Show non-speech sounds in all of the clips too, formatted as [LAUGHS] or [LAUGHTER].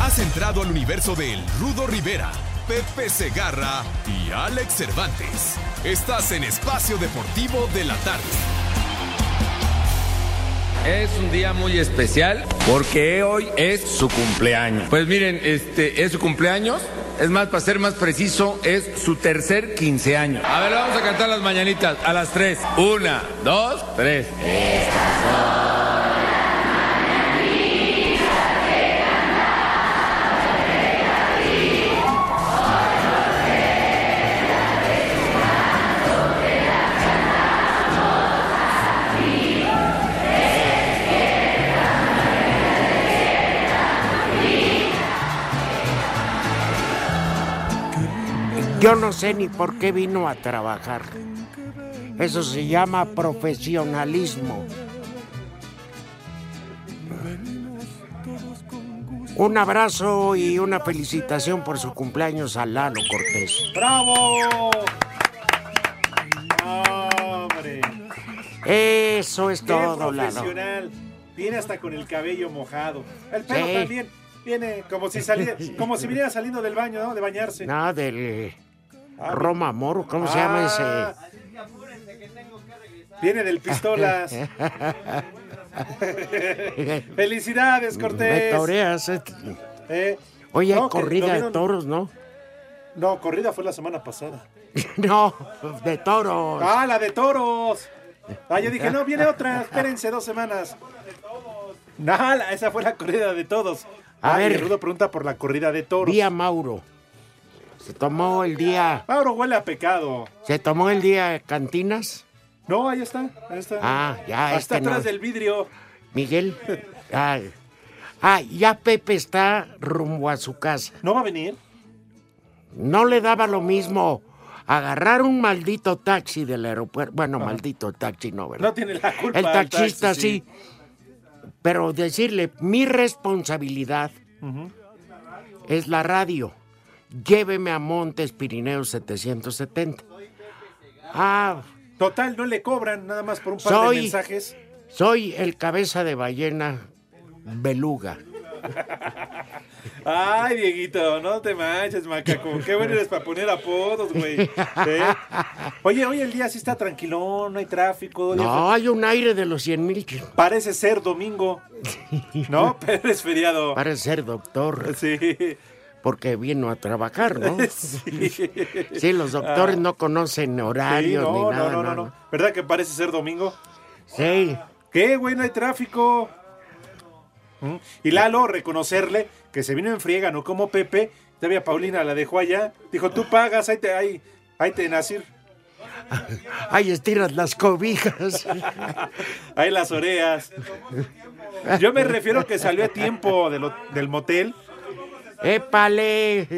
Has entrado al universo del Rudo Rivera, Pepe Segarra y Alex Cervantes. Estás en Espacio Deportivo de la Tarde. Es un día muy especial porque hoy es su cumpleaños. Pues miren, este es su cumpleaños. Es más, para ser más preciso, es su tercer 15 años. A ver, vamos a cantar las mañanitas a las 3. Una, dos, tres. Yo no sé ni por qué vino a trabajar. Eso se llama profesionalismo. Un abrazo y una felicitación por su cumpleaños a Lalo Cortés. ¡Bravo! ¡Hombre! Eso es Qué todo, Lalo. profesional. Viene hasta con el cabello mojado. El pelo Sí. también viene como si saliera, [LAUGHS] como si viniera saliendo del baño, ¿no? De bañarse. Nada del Roma Moro, ¿cómo se llama Ah, ese? Viene del [LAUGHS] pistolas. Felicidades, Me Cortés. toreas. eh. Eh, Oye, hay no, que corrida lo de vieron- toros, ¿no? [LAUGHS] No, corrida fue la semana pasada. no, de toros. Ah, la de toros. Eh. Ah, yo dije, no, viene otra, espérense dos semanas. No, la- esa fue la corrida de todos. A Ah, y ver. el Rudo pregunta por la corrida de toros. Día Mauro. Se tomó el día. Mauro huele a pecado. Se tomó el día de cantinas. No, ahí está, ahí está. Ah, ya, Hasta este no. atrás del vidrio. Miguel. Ah, ah, ya Pepe está rumbo a su casa. ¿No va a venir? No le daba lo mismo agarrar un maldito taxi del aeropuerto. Bueno, maldito taxi, no, ¿verdad? No tiene la culpa. este el taxista taxi, sí. Pero decirle, mi responsabilidad es la radio. Lléveme a Montes Pirineos 770. Ah, Total, no le cobran nada más por un par Soy- de mensajes. soy el cabeza de ballena beluga. Ay, Dieguito, no te manches, macaco. Qué bueno eres para poner apodos, güey. ¿Eh? Oye, hoy el día sí está tranquilón, no hay tráfico. día No, hay un aire de los 100 mil que Parece ser domingo. ¿No? [LAUGHS] Pero es feriado. parece ser doctor Sí. porque vino a trabajar, ¿no? [LAUGHS] Sí. Sí, los doctores no conocen Sí, horarios no, ni nada. no, no, no, no. ¿Verdad que parece ser domingo? Sí, ¿Qué, güey? No hay tráfico. ¿Mm? Y Lalo, reconocerle que se vino en friega, no como Pepe. Todavía Paulina la dejó allá. Dijo, tú pagas, ahí te, ahí, ahí te nacir. ahí estiras [LAUGHS] las cobijas. Ahí las oreas. Yo me refiero que salió a tiempo de lo- del motel. ¡Épale!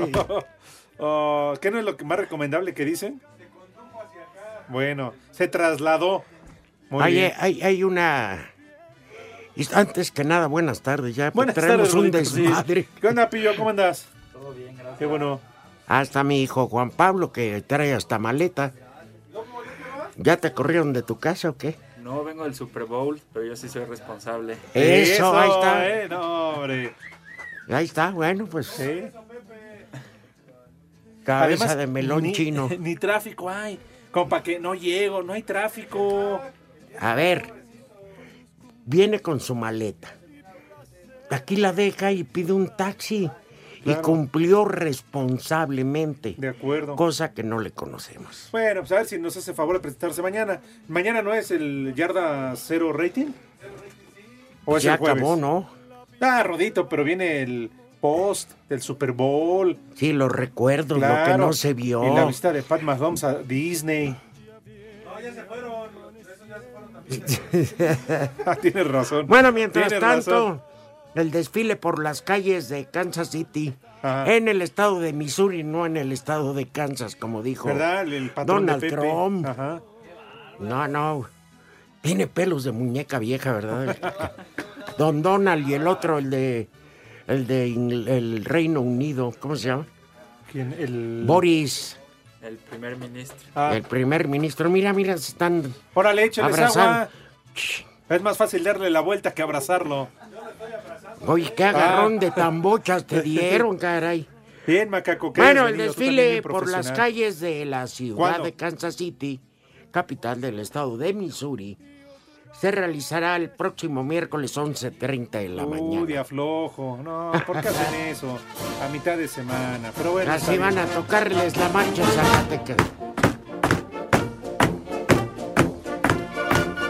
Oh, ¿Qué no es lo que más recomendable que dicen? Bueno, se trasladó. Muy Oye, bien. hay, hay una... y Antes que nada, buenas tardes ya. Buenas traemos tardes, un Rudito, sí. desmadre. ¿Qué onda, Pillo? ¿Cómo andas? Todo bien, gracias. Qué bueno. Hasta mi hijo Juan Pablo que trae hasta maleta. ¿Ya te corrieron de tu casa o qué? No vengo del Super Bowl, pero yo sí soy responsable. Eso, ahí está. eh, no, hombre. Ahí está, bueno, pues Sí. cabeza Además, de melón ni- chino. [LAUGHS] Ni tráfico hay. Como para que no llego, no hay tráfico. A ver, viene con su maleta. Aquí la deja y pide un taxi. Y Claro. cumplió responsablemente. De acuerdo. Cosa que no le conocemos. Bueno, pues a ver si nos hace favor de presentarse mañana. ¿Mañana no es el Yarda Cero Rating? ¿O es Pues Ya el jueves? acabó, ¿no? Ah, Rodito, pero viene el post del Super Bowl. Sí, los recuerdos, Pues lo que claro, no se vio. Y la visita de Pat Mahomes a [LAUGHS] Disney. Ah, tienes razón. Bueno, mientras Ah, Tienes tanto, razón. el desfile por las calles de Kansas City. Ajá. En el estado de Missouri, no en el estado de Kansas, como dijo ¿Verdad? El, el patrón Donald de Pepe. Trump. Ajá. No, no. Tiene pelos de muñeca vieja, ¿verdad? [LAUGHS] Don Donald y el otro, el de el de Ingl- el Reino Unido, ¿cómo se llama? ¿Quién? El... Boris, El primer ministro. Mm. Ah, el primer ministro. Mira, mira, se están Órale, échales agua. abrazando. Es más fácil darle la vuelta que abrazarlo. Oye, Ah. qué agarrón [LAUGHS] de tambochas te dieron, caray. Bien, macaco. que eres Bueno, el venido, tú desfile también bien por las profesional. calles de la ciudad ¿Cuándo? de Kansas City, capital del estado de Missouri, se realizará el próximo miércoles 11.30 de la mañana. Uy, aflojo. No, ¿por qué hacen eso? A mitad de semana. Pero bueno. está Así bien. van a tocarles la marcha Zacateca.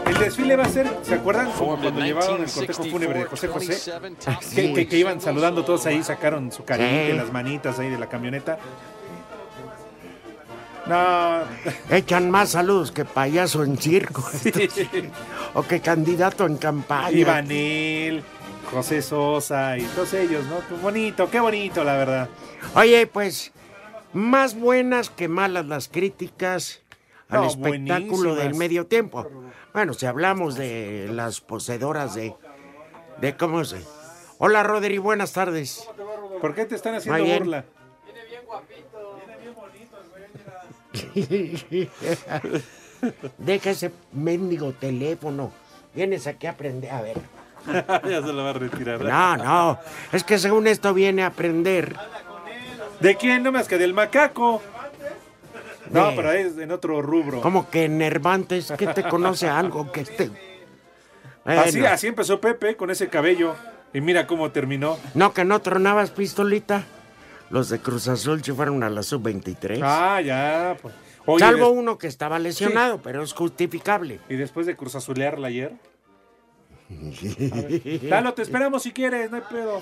El desfile va a ser, ¿se acuerdan? Como cuando llevaron el cortejo fúnebre de José José. Que, que- que iban saludando todos ahí, sacaron su cariño, Sí. las manitas ahí de la camioneta. No, Echan más saludos que payaso en circo. [LAUGHS] O que candidato en campaña. Ivanel, José Sosa y todos ellos, ¿no? Qué bonito, qué bonito, la verdad. Oye, pues, más buenas que malas las críticas al No, espectáculo del buenísimas. medio tiempo. Bueno, si hablamos de las poseedoras de. de ¿Cómo se? Hola, Rodri, buenas tardes. [LAUGHS] ¿Por qué te están haciendo Muy bien. [LAUGHS] burla? Deja ese mendigo teléfono. Vienes aquí a aprender. A ver. ya se lo va a retirar. No, no. Es que según esto viene a aprender. ¿De quién? No más que del macaco. No, De- pero eh, es en otro rubro. Como que Nervantes, que te conoce algo que te. Así, Bueno, así empezó Pepe con ese cabello. Y mira cómo terminó. No, que no tronabas pistolita. Los de Cruz Azul se fueron a la sub-23. Ah, ya. Pues. Oye, Salvo des- uno que estaba lesionado, pero es justificable. Y después de cruzazulearla ayer. A ver. Lalo, te esperamos si quieres, no hay pedo.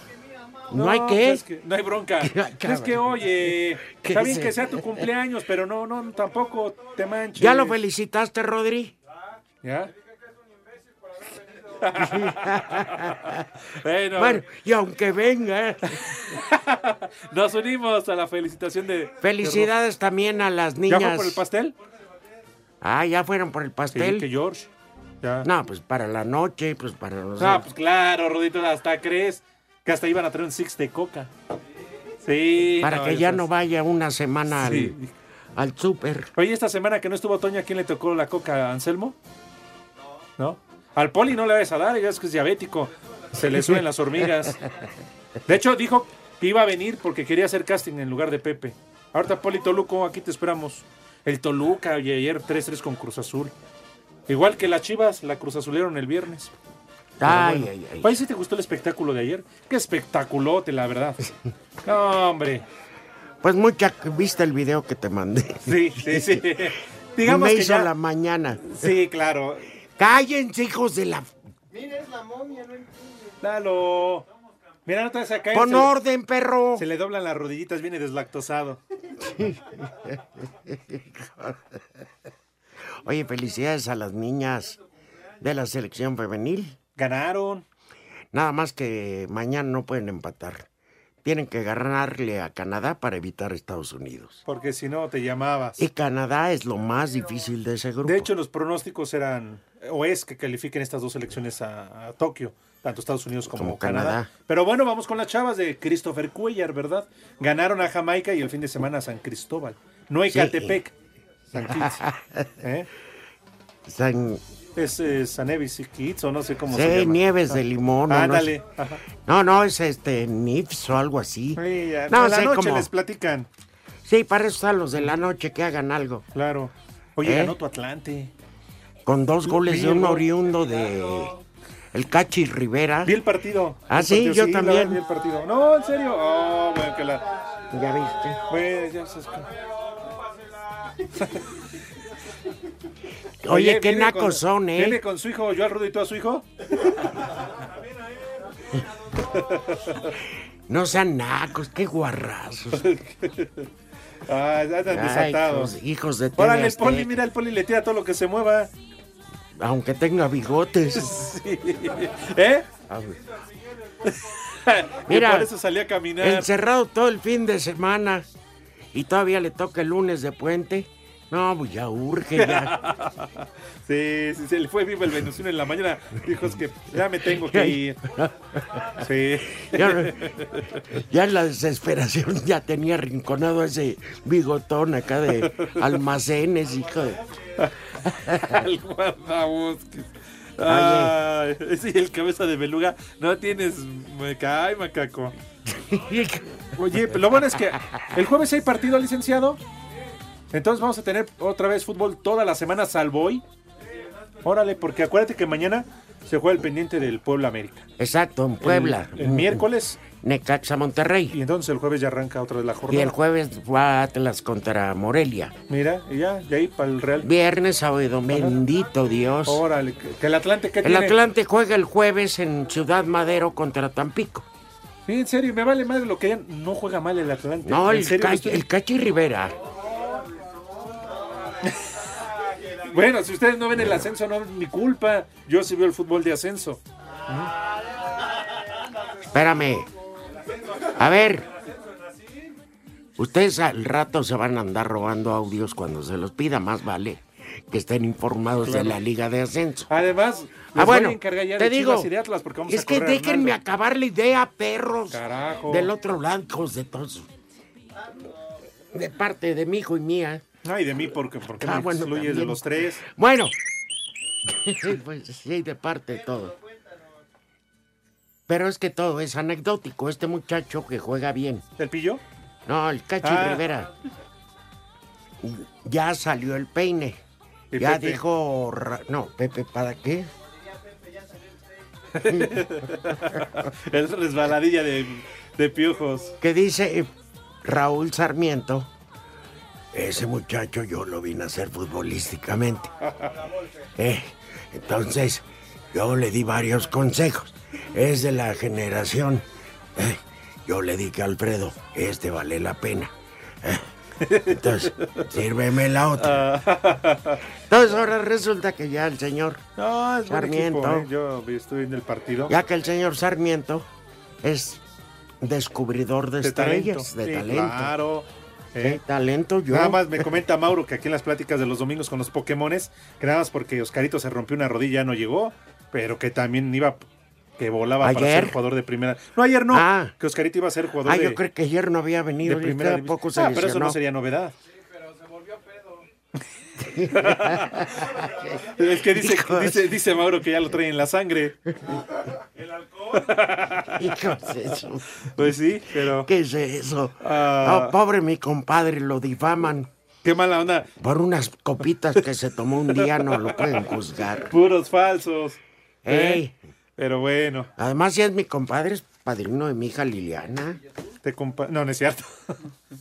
No hay qué. pues que- no hay bronca. cabrón. es que, oye, ¿Qué está bien es que eso? sea tu cumpleaños, pero no, no, tampoco te manches. ¿Ya lo felicitaste, Rodri? [LAUGHS] ¿Ya? bueno, Bueno, y aunque venga, ¿eh? [LAUGHS] nos unimos a la felicitación de. felicidades también a las de Ro- niñas. ¿Ya fue por el pastel? Ah, ya fueron por el Sí, pastel. que George. Ya. No, pues para la noche, pues para los. Ah, pues claro, Rodito, hasta crees que hasta iban a traer un six de coca. Sí. para que ya sabes. no vaya una semana Sí. al, al súper. Oye, esta semana que no estuvo Toño, ¿a quién le tocó la coca? ¿A ¿Anselmo? No. Al Poli no le vas a dar, ya es que es diabético. Se le suben las hormigas. De hecho, dijo que iba a venir porque quería hacer casting en lugar de Pepe. Ahorita, Poli Toluco, aquí te esperamos. El Toluca, oye, ayer 3-3 con Cruz Azul. Igual que las Chivas, la Cruz Azulieron el viernes. Ay, Pero ay, bueno. ay. Oye, ¿sí te gustó el espectáculo de ayer? Qué espectaculote, la [LAUGHS] verdad. No, hombre. Pues mucha viste el video que te mandé. Sí, sí, sí. Me Digamos que hizo ya... la mañana. Sí, claro. Cállense, hijos de la. Lalo. Mira, no te vas a caer. Pon se le- orden, perro. Se le doblan las rodillitas, viene deslactosado. Oye, felicidades a las niñas de la selección femenil. Ganaron. Nada más que mañana no pueden empatar. Tienen que ganarle a Canadá para evitar Estados Unidos. Porque si no, te llamabas. Y Canadá es lo más difícil de ese grupo. De hecho, los pronósticos eran, o es que califiquen estas dos elecciones a, a Tokio, tanto Estados Unidos como, Como Canadá. Canadá. Pero bueno, vamos con las chavas de Christopher Cuellar, ¿verdad? Ganaron a Jamaica y el fin de semana a San Cristóbal. No Ecatepec. [LAUGHS] San Kitts. ¿Eh? Están- Es eh, San Evis y Kitts, o no sé cómo Sí, se llama. nieves de limón. o no Ándale. sé. Ajá. No, no, es este NIFS o algo así. Sí, ya. No, a la sé noche cómo- les platican. Sí, para eso están los de la noche que hagan algo. Claro. Oye, ¿Eh? ganó tu Atlante. Con dos goles de un Pirlo. oriundo de el Cachi Rivera. Vi el partido. Ah, El sí, partido, yo la también. verdad, vi el partido. No, en serio. Oh, bueno, que la. Ya viste. Bueno, ya sabes que- Oye, qué viene nacos con- son, ¿eh? Viene con su hijo, yo al Rudo y tú a su hijo. No sean nacos, qué guarrazos. Ah, andan [LAUGHS] Ay, desatados. hijos, hijos de este, TV Órale, el Azteca, poli, mira, el poli le tira todo lo que se mueva. [LAUGHS] Aunque tenga bigotes. ¿Eh? [LAUGHS] A ver. Y Mira, por eso salí a caminar. Encerrado todo el fin de semana y todavía le toca el lunes de puente. No, pues ya [LAUGHS] urge ya. Sí, sí, se le fue vivo el venusino en la mañana. Dijo, es que ya me tengo [LAUGHS] que ir. Sí. Ya, ya en la desesperación ya tenía arrinconado ese bigotón acá [LAUGHS] de almacenes, hijo de... Al guardabosques. Ay, sí, el cabeza de beluga. No tienes. Me cae, macaco. Oye, pero lo bueno es que el jueves hay partido, licenciado. Entonces vamos a tener otra vez fútbol toda la semana, salvo hoy. Órale, porque acuérdate que mañana se juega el pendiente del Puebla América. Exacto, en Puebla. El, el miércoles. Necaxa Monterrey. Y entonces el jueves ya arranca otra vez la Y jornada. el jueves va Atlas contra Morelia. Mira, y ya, de ahí para el Real. Viernes, sábado y domingo. Bendito Dios. Órale, que que el Atlante que El tiene. Atlante juega el jueves en Ciudad Madero contra Tampico. Sí, en serio, me vale madre lo que hayan. No juega mal el Atlante. No, En el, serio, Ca- estoy- el Cachi Rivera. Bueno, si ustedes no ven el ascenso, no es mi culpa. Yo sí veo el fútbol de ascenso. Espérame. A ver. Ustedes al rato se van a andar robando audios cuando se los pida, más vale que estén informados de la Liga de Ascenso. Además, les Ah, bueno, voy a encargar ya te de digo, Chivas y de Atlas porque vamos es a que correr a déjenme Arnaldo. acabar la idea, perros. Carajo. Del otro lado, hijos de todos. De parte de mi hijo y mía. Ay, de mí, porque, porque Ah, me bueno, excluyes de también. los tres. Bueno. [LAUGHS] pues sí, de parte de todo. Pero es que todo es anecdótico. Este muchacho que juega bien. ¿El pillo? No, el Cachi Ah. Rivera. Ya salió el peine. Y ya Pepe. dijo... Ra- No, Pepe, ¿para qué? Es resbaladilla de, de piojos. Que dice eh, Raúl Sarmiento. Ese muchacho yo lo vine a hacer [LAUGHS] futbolísticamente. Eh, entonces, yo le di varios consejos. Es de la generación. Eh, yo le dije a Alfredo, este vale la pena. Eh, [LAUGHS] entonces, sírveme la otra. [LAUGHS] Entonces, ahora resulta que ya el señor No, es buen Sarmiento. equipo, ¿eh? Yo estoy en el partido. ya que el señor Sarmiento es descubridor de, estrellas, de Sí, talento. Claro. De ¿eh? talento yo. Nada más me comenta Mauro que aquí en las pláticas de los domingos con los Pokémones, que nada más porque Oscarito se rompió una rodilla no llegó, pero que también iba, que volaba para ¿Ayer? ser jugador de primera. No, ayer no, Ah. que Oscarito iba a ser jugador Ah, de, yo creo que ayer no había de venido, ahorita primera. ¿a poco división. se ah, pero eso lesionó? no sería novedad. [LAUGHS] Es que dice, Hijo. dice, dice Mauro que ya lo trae en la sangre. Hijos de su- Pues sí, pero ¿Qué es eso? Ah. No, pobre mi compadre, lo difaman. qué mala onda. Por unas copitas que se tomó un día no lo pueden juzgar. Puros falsos. [LAUGHS] ¿eh? Ey. Pero bueno, Además, si es mi compadre, es padrino de mi hija Liliana. te compa- No, no es cierto. [LAUGHS]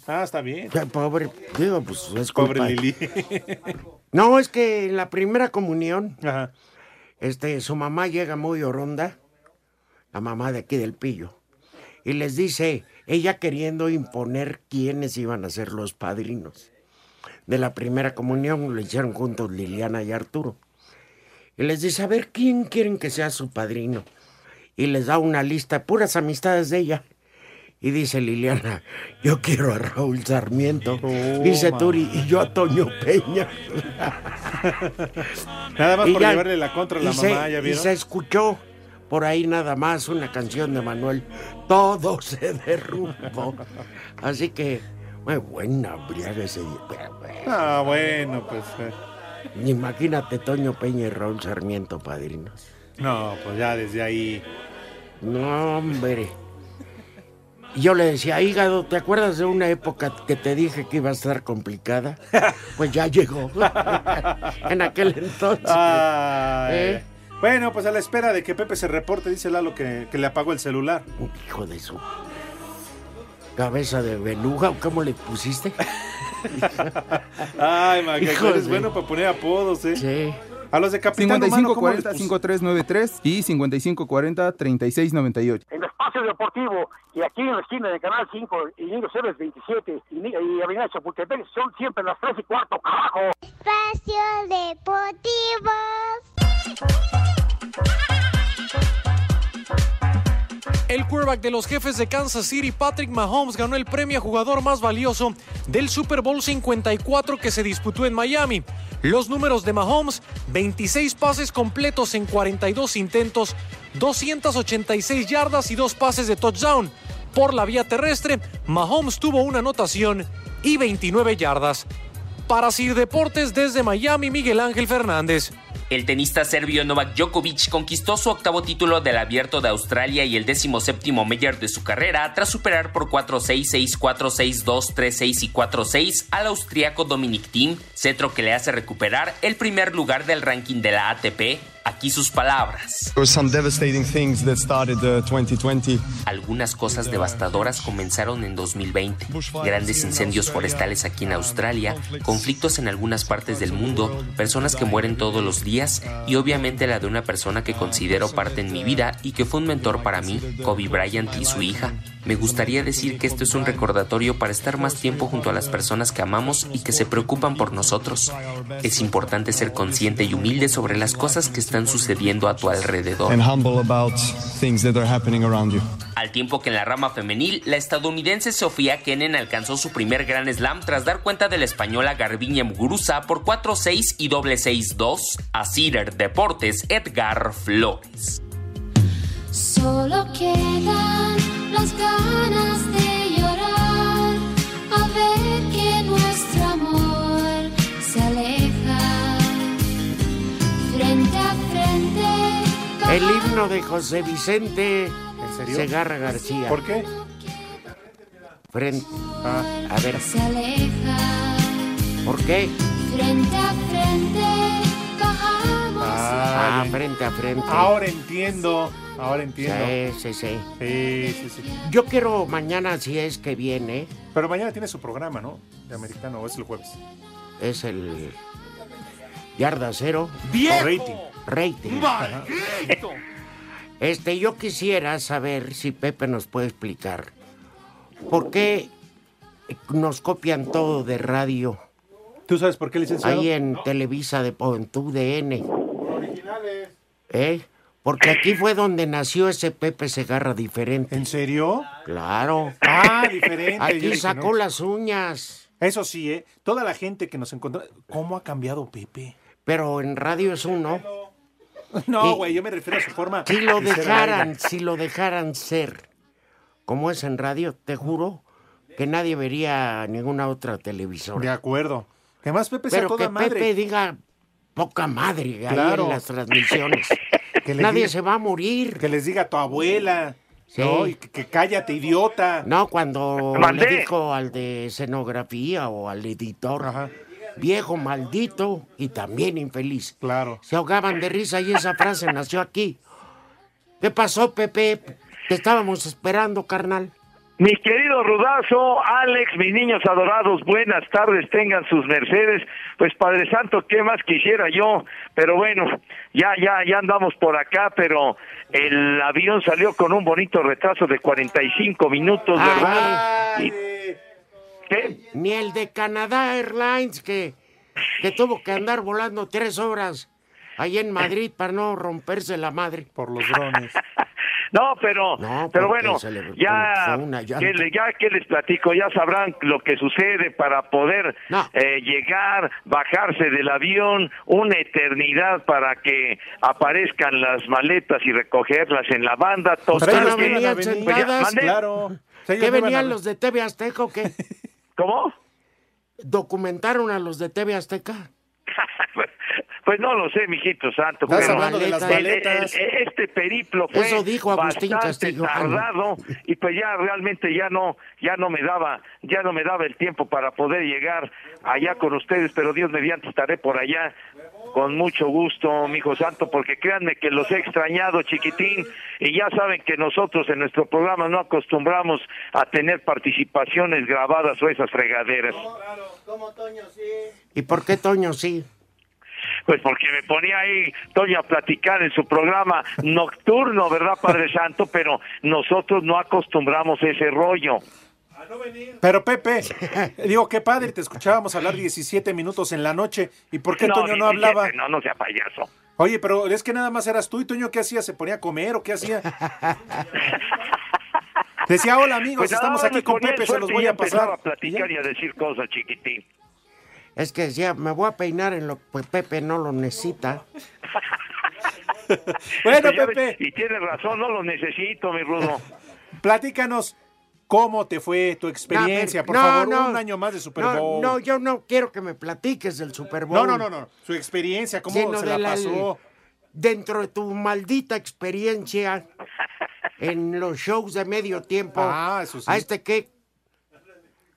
Ah, está bien. Qué pobre, digo, pues es culpa. Pobre [LAUGHS] Lili. No, es que en la primera comunión, Ajá. este, su mamá llega muy oronda, la mamá de aquí del pillo, y les dice, ella queriendo imponer quiénes iban a ser los padrinos de la primera comunión, lo hicieron juntos Liliana y Arturo. Y les dice, a ver, ¿quién quieren que sea su padrino? Y les da una lista, puras amistades de ella. Y dice Liliana, yo quiero a Raúl Sarmiento. dice Turi, y yo a Toño Peña. Nada más Y por ya- llevarle la contra a la y mamá, se, ya y vieron. se escuchó por ahí nada más una canción de Manuel. Todo se derrumbó. Así que, muy buena briaga ese día. Ah, bueno, pues. eh, Imagínate Toño Peña y Raúl Sarmiento, padrinos. No, pues ya desde ahí. No, hombre. Yo le decía, hígado, ¿te acuerdas de una época que te dije que iba a estar complicada? Pues ya llegó. [LAUGHS] en aquel entonces. Ah, Ay. ¿Eh? Bueno, pues a la espera de que Pepe se reporte, dice Lalo que, que le apagó el celular. Un hijo de su cabeza de beluga, ¿o ¿cómo [LAUGHS] le pusiste? Ay, Macaco, Híjole. eres bueno para poner apodos, ¿eh? Sí. A los de Capitán Humano, ¿cómo les 5540 pus- 5393 y 5540 3698. en Espacio Deportivo y aquí en la esquina de Canal 5 y Niños 27 y, Ni- y Avenida Chapultepec son siempre las 3 y cuarto, carajo. Espacio Deportivo. El quarterback de los jefes de Kansas City, Patrick Mahomes, ganó el premio a jugador más valioso del Super Bowl 54 que se disputó en Miami. Los números de Mahomes, 26 pases completos en 42 intentos, 286 yardas y dos pases de touchdown. Por la vía terrestre, Mahomes tuvo una anotación y 29 yardas. Para Sir Deportes desde Miami, Miguel Ángel Fernández. El tenista serbio Novak Djokovic conquistó su octavo título del Abierto de Australia y el décimo séptimo Major de su carrera tras superar por 4-6, 6-4, 6-2, 3-6 y 4-6 al austriaco Dominic Thiem, cetro que le hace recuperar el primer lugar del ranking de la ATP. Aquí sus palabras. Algunas cosas devastadoras comenzaron en 2020. Grandes incendios forestales aquí en Australia, conflictos en algunas partes del mundo, personas que mueren todos los días y obviamente la de una persona que considero parte en mi vida y que fue un mentor para mí, Kobe Bryant y su hija. Me gustaría decir que esto es un recordatorio para estar más tiempo junto a las personas que amamos y que se preocupan por nosotros. Es importante ser consciente y humilde sobre las cosas que están sucediendo a tu alrededor. Al tiempo que en la rama femenil, la estadounidense Sofía Kennen alcanzó su primer gran slam tras dar cuenta de la española Garbiñe Muguruza por 4-6 y doble 6-2 a Cider Deportes Edgar Flores. Solo quedan las ganas de llorar a ver que nuestro amor se aleja frente a frente. El himno de José Vicente serio? Segarra García. ¿Por qué? Frente. Ah. A ver, Se aleja ¿por qué? frente a frente. Bajamos. Ah, Ah, frente a frente. ahora entiendo, ahora entiendo. Sí, sí, sí. Sí, sí, sí. Yo quiero mañana, si es que viene, Pero mañana tiene su programa, ¿no? De americano, o es el jueves. es el Yarda Cero O rating. Rating. [LAUGHS] Este, yo quisiera saber si Pepe nos puede explicar por qué nos copian todo de radio ¿Tú sabes por qué, licenciado? ahí en Televisa de o en TUDN. ¿Eh? Porque aquí fue donde nació ese Pepe Segarra diferente. ¿En serio? Claro. Ah, diferente. Yo Aquí dije, sacó no. las uñas. Eso sí, ¿eh? Toda la gente que nos encontró. ¿Cómo ha cambiado [LAUGHS] Pepe? Pero en radio es uno. No, Sí. güey, yo me refiero a su forma. Si lo de ser dejaran, aire. si lo dejaran ser, como es en radio, te juro que nadie vería ninguna otra De televisora. acuerdo. Que más Pepe sea Pero toda que madre. Pepe diga poca madre ahí Claro. en las transmisiones. [LAUGHS] Que le nadie diga- se va a morir. Que les diga a tu abuela. Sí. ¿no? Y que, que cállate, idiota. No, cuando Mandé. le dijo al de escenografía o al editor, Ajá. viejo maldito y también infeliz. Claro. Se ahogaban de risa y esa frase nació aquí. ¿Qué pasó, Pepe? Te estábamos esperando, carnal. Mi querido Rudazo, Alex, mis niños adorados, buenas tardes, tengan sus mercedes. Pues Padre Santo, ¿qué más quisiera yo? Pero bueno, ya, ya, ya andamos por acá, pero el avión salió con un bonito retraso de 45 minutos, Ay, ¿verdad? Ay, ¿Qué? Ni el de Canadá Airlines que, que tuvo que andar volando tres horas ahí en Madrid para no romperse la madre. Por los [LAUGHS] drones. No, pero, No, pero porque bueno, se le ya, fue una llanta. que le- ya que les platico, ya sabrán lo que sucede para poder No. eh, llegar, bajarse del avión, una eternidad para que aparezcan las maletas y recogerlas en la banda. Pero Total, no que- venían pues ya- sentadas, ¿mande? Claro. ¿Qué [LAUGHS] venían los de TV Azteca o qué? ¿Cómo? ¿Documentaron a los de TV Azteca? Pues no lo sé, mijito santo. Estás pero hablando de las el- el- maletas. el- este periplo fue Eso dijo Agustín bastante Castillo. tardado y pues ya realmente ya no, ya no me daba, ya no me daba el tiempo para poder llegar allá con ustedes, pero Dios mediante estaré por allá con mucho gusto, mijo santo, porque créanme que los he extrañado, chiquitín, y ya saben que nosotros en nuestro programa no acostumbramos a tener participaciones grabadas o esas fregaderas. ¿Y por qué Toño sí? Pues porque me ponía ahí Toño a platicar en su programa nocturno, ¿verdad, Padre Santo? Pero nosotros no acostumbramos ese rollo. Pero Pepe, digo, qué padre, te escuchábamos hablar 17 minutos en la noche. ¿Y por qué Toño no 17, hablaba? No, no sea payaso. Oye, pero es que nada más eras tú y Toño, ¿qué hacía? ¿Se ponía a comer o qué hacía? Decía, hola amigos, Pues estamos ahora aquí me con ponía Pepe, se suerte los y voy ya a empezaba pasar. a platicar y a decir cosas, chiquitín. Es que decía, me voy a peinar en lo que Pepe no lo necesita. Bueno, Ya Pepe. ves, Y tienes razón, no lo necesito, mi rudo. [LAUGHS] Platícanos cómo te fue tu experiencia, por favor, un año más de Super no, Bowl. No, yo no quiero que me platiques del Super Bowl. No, no, no, no. Su experiencia, cómo Sino se de la pasó. Dentro de tu maldita experiencia en los shows de medio tiempo. Ah, eso sí. A este que.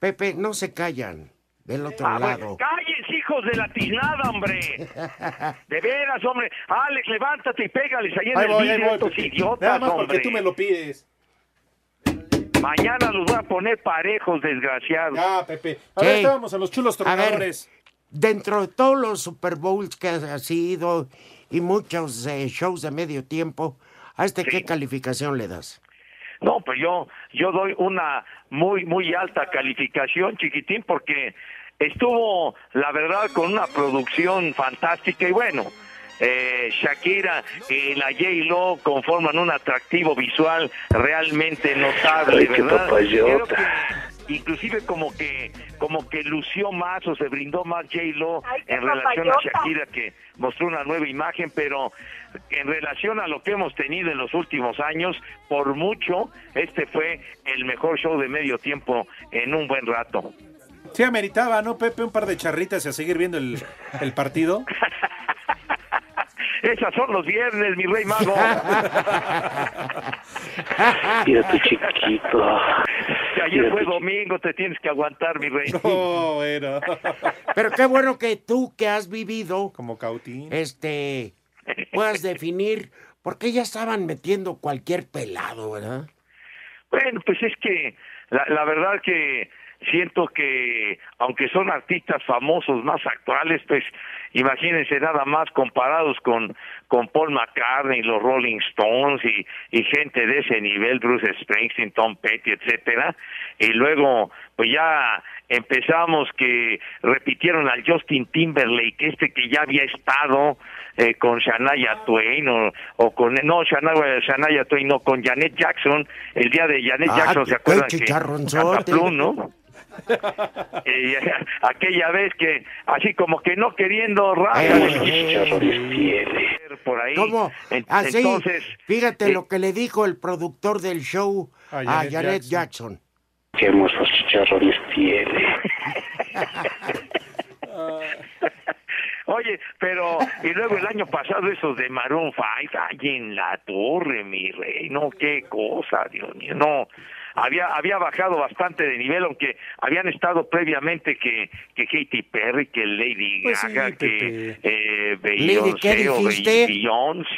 Pepe, no se callan del otro Ah, bueno, lado. cállense, hijos de la [LAUGHS] tiznada, hombre. De veras, hombre. Alex, levántate y pégales ahí en Ahí el voy, ahí vidrio a voy, estos Pepe. idiotas, Nada más hombre. porque tú me lo pides. Mañana los voy a poner parejos, desgraciados. Ya, Pepe. A ver, Sí. estábamos a los chulos A ver, dentro de todos los Super Bowls que has sido y muchos eh, shows de medio tiempo, ¿a este qué calificación le das? No, pues yo, yo doy una muy, muy alta calificación, chiquitín, porque estuvo, la verdad, con una producción fantástica y bueno. eh, Shakira y la J-Lo conforman un atractivo visual realmente notable, Ay, qué ¿verdad? papayota. Creo que inclusive como que como que lució más o se brindó más J-Lo en relación a papayota. Shakira que mostró una nueva imagen, pero en relación a lo que hemos tenido en los últimos años, por mucho, este fue el mejor show de medio tiempo en un buen rato. Sí, ameritaba, ¿no, Pepe? Un par de charritas y a seguir viendo el, el partido. Esas son los viernes, mi rey mago. [LAUGHS] Mira tu chiquito. Que Ayer fue domingo, te tienes que aguantar, mi rey. [LAUGHS] No, bueno. Pero qué bueno que tú que has vivido, Como cautín. este, puedas definir, porque ya estaban metiendo cualquier pelado, ¿verdad? Bueno, pues es que la, la verdad que siento que, aunque son artistas famosos más actuales, pues imagínense nada más comparados con, con Paul McCartney, los Rolling Stones y, y gente de ese nivel, Bruce Springsteen, Tom Petty, etcétera. Y luego, pues ya empezamos que repitieron al Justin Timberlake, este que ya había estado eh, con Shania Twain o, o con no Shania, Shania Twain no con Janet Jackson el día de Janet Ah, Jackson se qué acuerdan que chicharronzote. Cataplum, ¿no? Eh, aquella vez que así como que no queriendo rápido Eh, por ahí ¿Cómo? En- Así, entonces fíjate eh, lo que le dijo el productor del show A a Janet, Janet Jackson. Qué hermosos chicharrones tiene. Oye, pero, [LAUGHS] y luego el año pasado esos de Maroon 5, ay, en la torre, mi rey, no, qué cosa, Dios mío, no. Había, había bajado bastante de nivel, aunque habían estado previamente que, que Katy Perry, que Lady Pues sí, Gaga, que Pepe. eh, Lady, ¿qué Beyoncé, o Bey- dijiste? Beyoncé,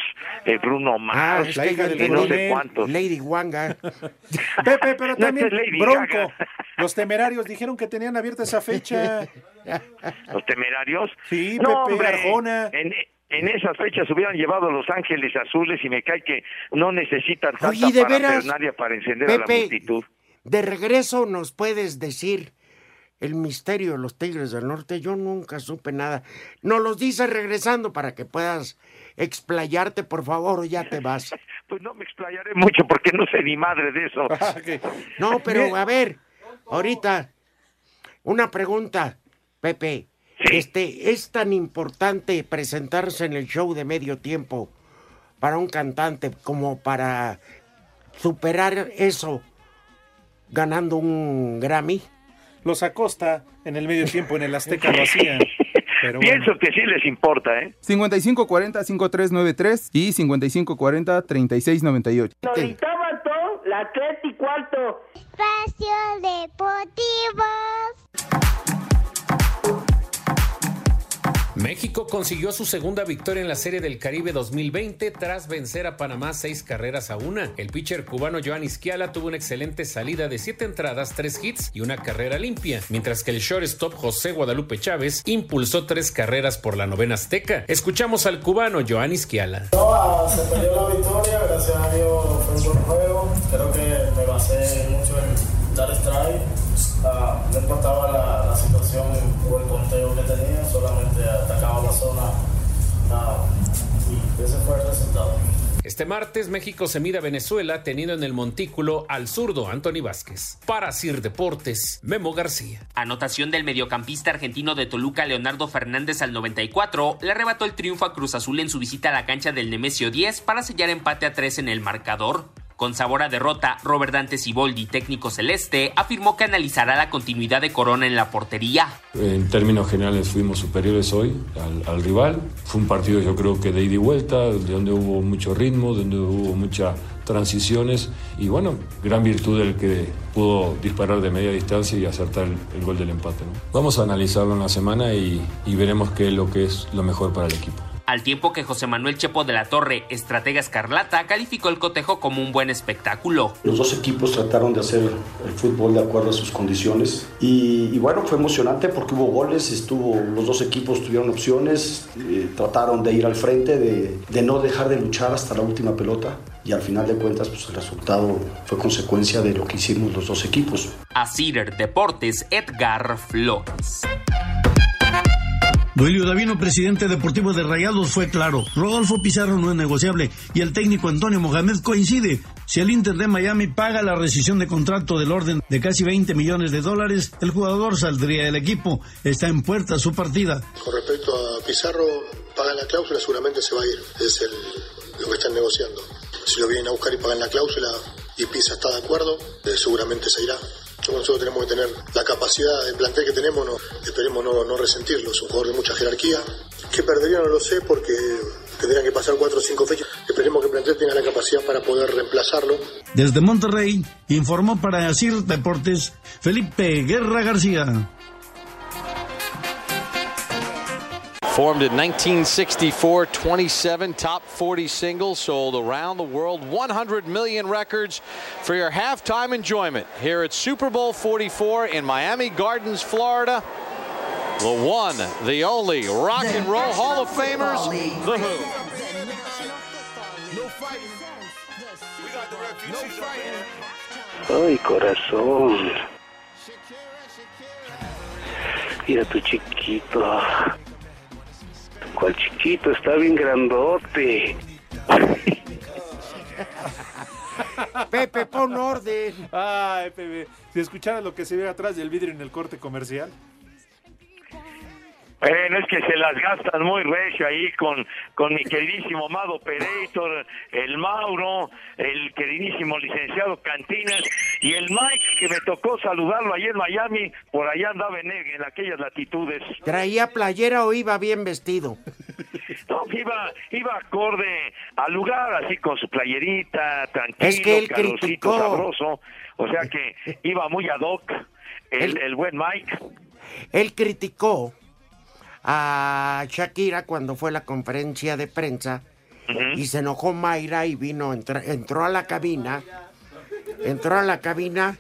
eh, Bruno Ah, Mars, es que yo y no sé entendí cuántos. Lady Wanga. Pepe, pero [LAUGHS] No, también esta es Lady Bronco. Gaga. [LAUGHS] Los temerarios dijeron que tenían abierta esa fecha. [LAUGHS] los temerarios. Sí, No, Pepe, hombre, Arjona. En, en esas fechas hubieran llevado a Los Ángeles Azules y me cae que no necesitan tanta Oye, ¿de veras? parafernalia para encender a la Pepe. multitud. De regreso nos puedes decir el misterio de los Tigres del Norte. Yo nunca supe nada. Nos los dices regresando para que puedas explayarte, por favor, o ya te vas. Pues no me explayaré mucho porque no sé ni madre de eso. [LAUGHS] No, pero a ver, ahorita, una pregunta, Pepe. Este, ¿Es tan importante presentarse en el show de medio tiempo para un cantante como para superar eso ganando un Grammy? Los Acosta en el medio tiempo en el Azteca lo hacían. Pero bueno. Pienso que sí les importa, ¿eh? 5540-5393 y 5540-3698. Noritaba todo, la tres y cuarto. Espacio Deportivo. México consiguió su segunda victoria en la Serie del Caribe 2020 tras vencer a Panamá seis carreras a una. El pitcher cubano Joan Izquiala tuvo una excelente salida de siete entradas, tres hits y una carrera limpia, mientras que el shortstop José Guadalupe Chávez impulsó tres carreras por la novena azteca. Escuchamos al cubano Joan Izquiala. No, ah, se perdió la victoria, gracias a Dios fue un buen juego. Creo que me basé mucho en dar strike. Ah, no importaba la, la situación o el conteo que tenía, solamente atacaba la zona ah, y este martes México se mide a Venezuela teniendo en el montículo al zurdo Anthony Vázquez. Para Sir Deportes, Memo García. Anotación del mediocampista argentino de Toluca Leonardo Fernández al 94 le arrebató el triunfo a Cruz Azul en su visita a la cancha del Nemesio 10 para sellar empate a 3 en el marcador. Con sabor a derrota, Robert Dante Siboldi, técnico celeste, afirmó que analizará la continuidad de Corona en la portería. En términos generales fuimos superiores hoy al, al rival. Fue un partido yo creo que de ida y vuelta, donde hubo mucho ritmo, donde hubo muchas transiciones y bueno, gran virtud del que pudo disparar de media distancia y acertar el, el gol del empate. ¿no? Vamos a analizarlo en la semana y, y veremos qué es lo que es lo mejor para el equipo. Al tiempo que José Manuel Chepo de la Torre, estratega escarlata, calificó el cotejo como un buen espectáculo. Los dos equipos trataron de hacer el fútbol de acuerdo a sus condiciones y, y bueno, fue emocionante porque hubo goles, estuvo, los dos equipos tuvieron opciones, eh, trataron de ir al frente, de, de no dejar de luchar hasta la última pelota y al final de cuentas pues, el resultado fue consecuencia de lo que hicimos los dos equipos. A Cider Deportes, Edgar Flores. Duilio Davino, presidente deportivo de Rayados, fue claro. Rodolfo Pizarro no es negociable y el técnico Antonio Mohamed coincide. Si el Inter de Miami paga la rescisión de contrato del orden de casi 20 millones de dólares, el jugador saldría del equipo. Está en puerta su partida. Con respecto a Pizarro, pagan la cláusula, seguramente se va a ir. Es el, lo que están negociando. Si lo vienen a buscar y pagan la cláusula y Pisa está de acuerdo, eh, seguramente se irá. Nosotros tenemos que tener la capacidad de plantel que tenemos, no, esperemos no, no resentirlo. Es un jugador de mucha jerarquía. ¿Qué perdería? No lo sé porque tendrían que pasar cuatro o cinco fechas. Esperemos que el plantel tenga la capacidad para poder reemplazarlo. Desde Monterrey informó para Asir Deportes Felipe Guerra García. Formed in 1964, 27 top 40 singles sold around the world, 100 million records for your halftime enjoyment here at Super Bowl 44 in Miami Gardens, Florida. The one, the only Rock and Roll Hall of Famers, The Who. Ay, corazón. Mira tu chiquito. ¿Cuál chiquito? Está bien grandote. Pepe, pon orden. Ay, Pepe, si escucharas lo que se ve atrás del vidrio en el corte comercial. Bueno, es que se las gastan muy recio ahí con, con mi queridísimo Mado Operator, el Mauro, el queridísimo licenciado Cantinas y el Mike, que me tocó saludarlo ahí en Miami, por allá andaba en, en aquellas latitudes. ¿Traía playera o iba bien vestido? No, iba, iba acorde al lugar, así con su playerita, tranquilo, Es que él calorcito, criticó. sabroso. O sea que iba muy ad hoc el, el buen Mike. Él criticó a Shakira cuando fue la conferencia de prensa y se enojó Mayra y vino, entra- entró a la cabina, entró a la cabina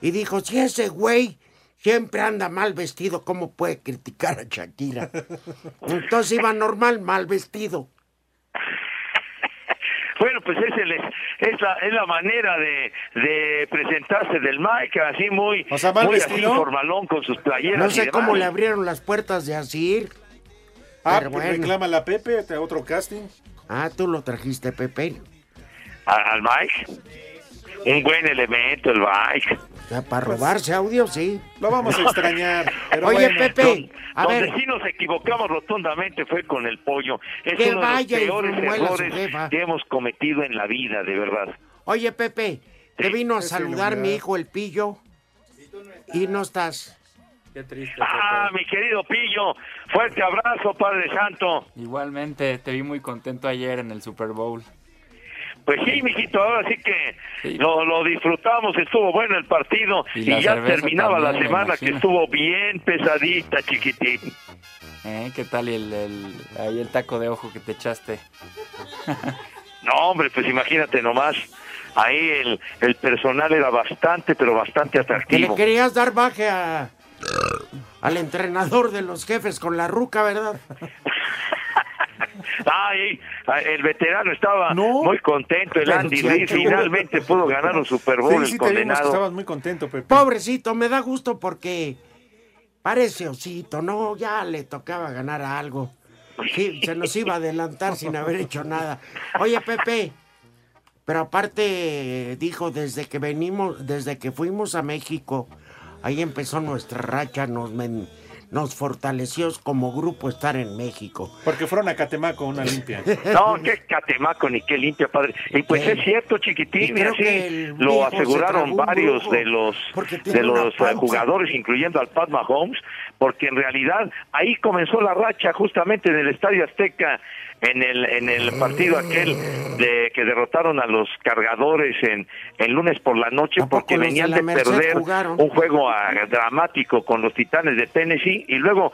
y dijo, si ese güey siempre anda mal vestido, ¿cómo puede criticar a Shakira? Entonces iba normal, mal vestido. Bueno, pues es, el, es, la, es la manera de, de presentarse del Mike, así muy, sea, mal muy así vestido. formalón con sus playeras. No y sé demás. cómo le abrieron las puertas de Asir. Ah, Pero pues bueno. reclama la Pepe, te- otro casting. Ah, tú lo trajiste, Pepe. A- al Mike. Un buen elemento el Mike. O sea, para robarse audio, sí. Lo [LAUGHS] vamos a extrañar. Pues, pero Oye, bueno. Pepe, a Donde ver. sí nos equivocamos rotundamente fue con el pollo. Es Que uno vaya y de los peores muela su jefa. errores que hemos cometido en la vida, de verdad. Oye, Pepe, te vino a saludar mi hijo el pillo y no estás. Qué triste. Ah, mi querido Pillo, fuerte abrazo, Padre Santo. Igualmente, te vi muy contento ayer en el Super Bowl. Pues sí, mijito, ahora sí que lo, lo disfrutamos, estuvo bueno el partido Y y, la ya cerveza terminaba también, la me semana que imagino. estuvo bien pesadita, chiquitín. ¿Eh? ¿Qué tal el, el, ahí el taco de ojo que te echaste? No, hombre, pues imagínate nomás, ahí el, el personal era bastante, pero bastante Que le atractivo. querías dar baje a, al entrenador de los jefes con la ruca, ¿verdad? Ay, el veterano estaba muy contento, el Pero Andy sí, Reid qué bueno. finalmente pudo ganar un Super Bowl, sí, el sí, te vimos que condenado. estabas muy contento, Pepe. Pobrecito, me da gusto porque parece osito, ¿no? Ya le tocaba ganar a algo. Sí, se nos iba a adelantar sin haber hecho nada. Oye, Pepe, Pero aparte dijo desde que venimos, desde que fuimos a México, ahí empezó nuestra racha, nos men- nos fortaleció como grupo estar en México. Porque fueron a Catemaco una limpia. No, qué catemaco ni qué limpia, padre. Y pues Sí. es cierto, chiquitín, Y y creo así que el lo viejo se tragó aseguraron un varios brujo, de los porque tiene de una los eh, panza. jugadores, incluyendo al Pat Mahomes, porque en realidad ahí comenzó la racha justamente en el Estadio Azteca en el en el partido aquel de que derrotaron a los cargadores en el lunes por la noche porque los de venían la de Merced perder jugaron? un juego ah, dramático con los Titanes de Tennessee y luego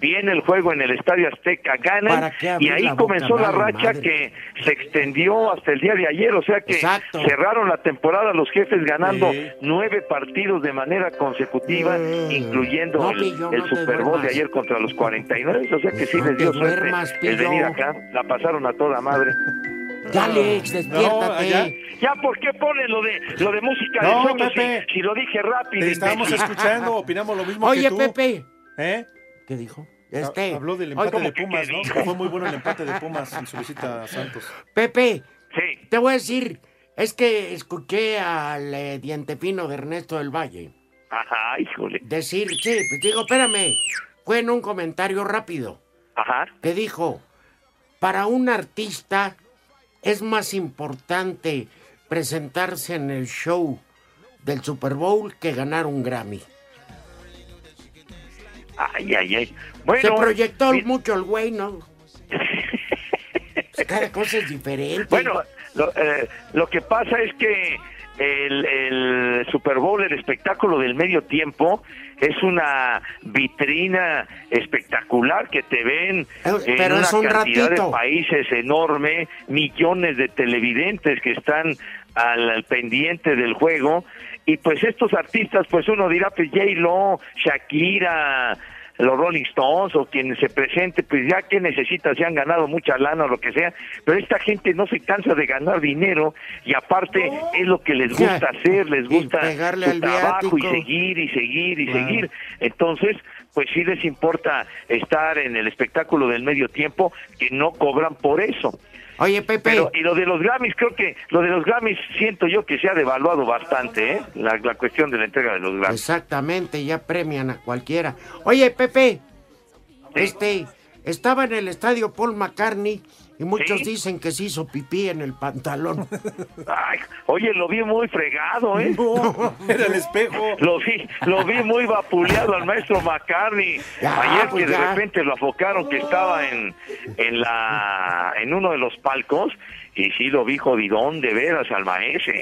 viene el juego en el Estadio Azteca, ganan ¿Para qué abrir y ahí la boca, comenzó la vale racha madre? que se extendió hasta el día de ayer, o sea que Exacto. cerraron la temporada los jefes ganando Sí. nueve partidos de manera consecutiva, incluyendo Mm. No, el, Pillo, el no te Super Bowl de duermas. ayer contra los 49, o sea que sí No les te dio suerte duermas, el Pillo. venir acá, la pasaron a toda madre. Dale, ex, despiértate. ya. ¿por qué ponen lo de lo de música No, de soto Pepe. si, si lo dije rápido? Te estábamos imbécil? escuchando, opinamos lo mismo que Oye, tú. Pepe. ¿Eh? ¿Qué dijo? Ha- Este. Habló del Ay, empate ¿cómo de que qué Pumas, ¿no? dijo? Que Fue muy bueno el empate de Pumas en su visita a Santos. Pepe, Sí. te voy a decir, es que escuché al eh, diente fino de Ernesto del Valle Ajá, híjole. decir, sí, pues digo, espérame, fue en un comentario rápido Ajá. que dijo, para un artista es más importante presentarse en el show del Super Bowl que ganar un Grammy. Ay, ay, ay. Bueno, Se proyectó mi- mucho el güey, [LAUGHS] ¿no? Pues cada cosa es diferente. Bueno, lo, eh, lo que pasa es que el, el Super Bowl, el espectáculo del medio tiempo, es una vitrina espectacular que te ven en pero una es un cantidad ratito. de países enorme, millones de televidentes que están al, al pendiente del juego y pues estos artistas, pues uno dirá pues J Lo, Shakira, los Rolling Stones o quien se presente, pues ya que necesita, se han ganado mucha lana o lo que sea, pero esta gente no se cansa de ganar dinero y aparte es lo que les gusta hacer, les gusta pegarle su al trabajo y viático. seguir y seguir y Claro. seguir. Entonces, pues sí les importa estar en el espectáculo del medio tiempo, que no cobran por eso. Oye, Pepe. Pero, y lo de los Grammys, creo que lo de los Grammys siento yo que se ha devaluado bastante, ¿eh? La, la cuestión de la entrega de los Grammys. Exactamente, ya premian a cualquiera. Oye, Pepe, este, estaba en el estadio Paul McCartney y muchos dicen que se hizo pipí en el [LAUGHS] pantalón. Ay, oye, lo vi muy fregado, ¿eh? era el espejo. Lo vi, lo vi muy vapuleado al maestro McCartney. Ya, Ayer pues que de ya. repente lo afocaron que estaba en, en la, en uno de los palcos y sí lo vi jodidón de veras al maestro.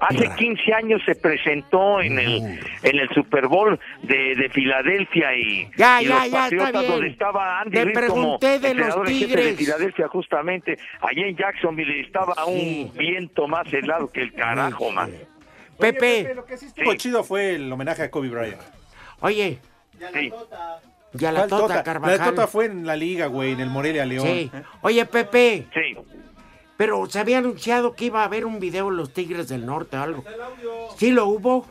Hace 15 años se presentó en el en el Super Bowl de, de Filadelfia y, Ya, y ya, los ya, está Patriotas bien. donde estaba Andy Te Reid como pregunté de los entrenador en jefe de Tigres. Filadelfia justamente. Allí en Jacksonville estaba Sí. un viento más helado que el carajo, man. Pepe. lo que sí estuvo chido fue el homenaje a Kobe Bryant. Oye, Sí. ya la ¿Cuál tota, La de Carvajal. Tota fue en la liga, güey, en el Morelia León. Sí. Oye, Pepe, Sí. pero se había anunciado que iba a haber un video de los Tigres del Norte o algo. ¿Sí lo hubo?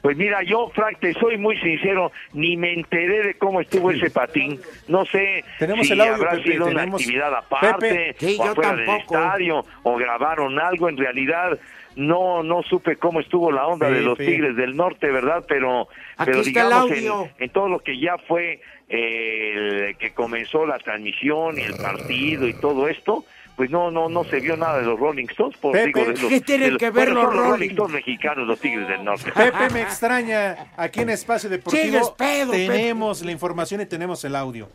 Pues mira, yo, Frank, te soy muy sincero, ni me enteré de cómo estuvo ese patín. No sé Tenemos si el audio, habrá Pepe, sido una tenemos- actividad aparte Pepe. Sí, o yo afuera del tampoco. estadio o grabaron algo. En realidad, no no supe cómo estuvo la onda de los Pepe. Tigres del Norte, ¿verdad? Pero, Aquí pero está el digamos, audio. En, en todo lo que ya fue eh, el que comenzó la transmisión y el partido y todo esto, pues no no no se vio nada de los Rolling Stones. Por, Pepe, digo, de los- ¿qué tienen de los- que ver bueno, son los Rolling Rolling? Stones mexicanos, los Tigres del Norte? Pepe me extraña. Aquí en Espacio Sigues Deportivo pedo, Pepe. tenemos la información y tenemos el audio.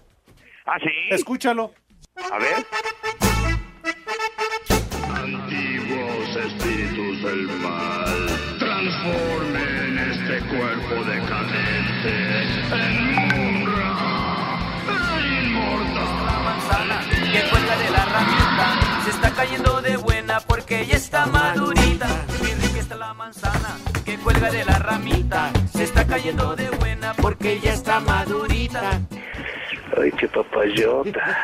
¿Ah, sí? Escúchalo. A ver. Antiguos espíritus del mal, transformen este cuerpo decadente en un que cuelga de la ramita se está cayendo de buena porque ya está madurita. Bien rica está la manzana que cuelga de la ramita se está cayendo de buena porque ya está madurita. Ay, qué papayota.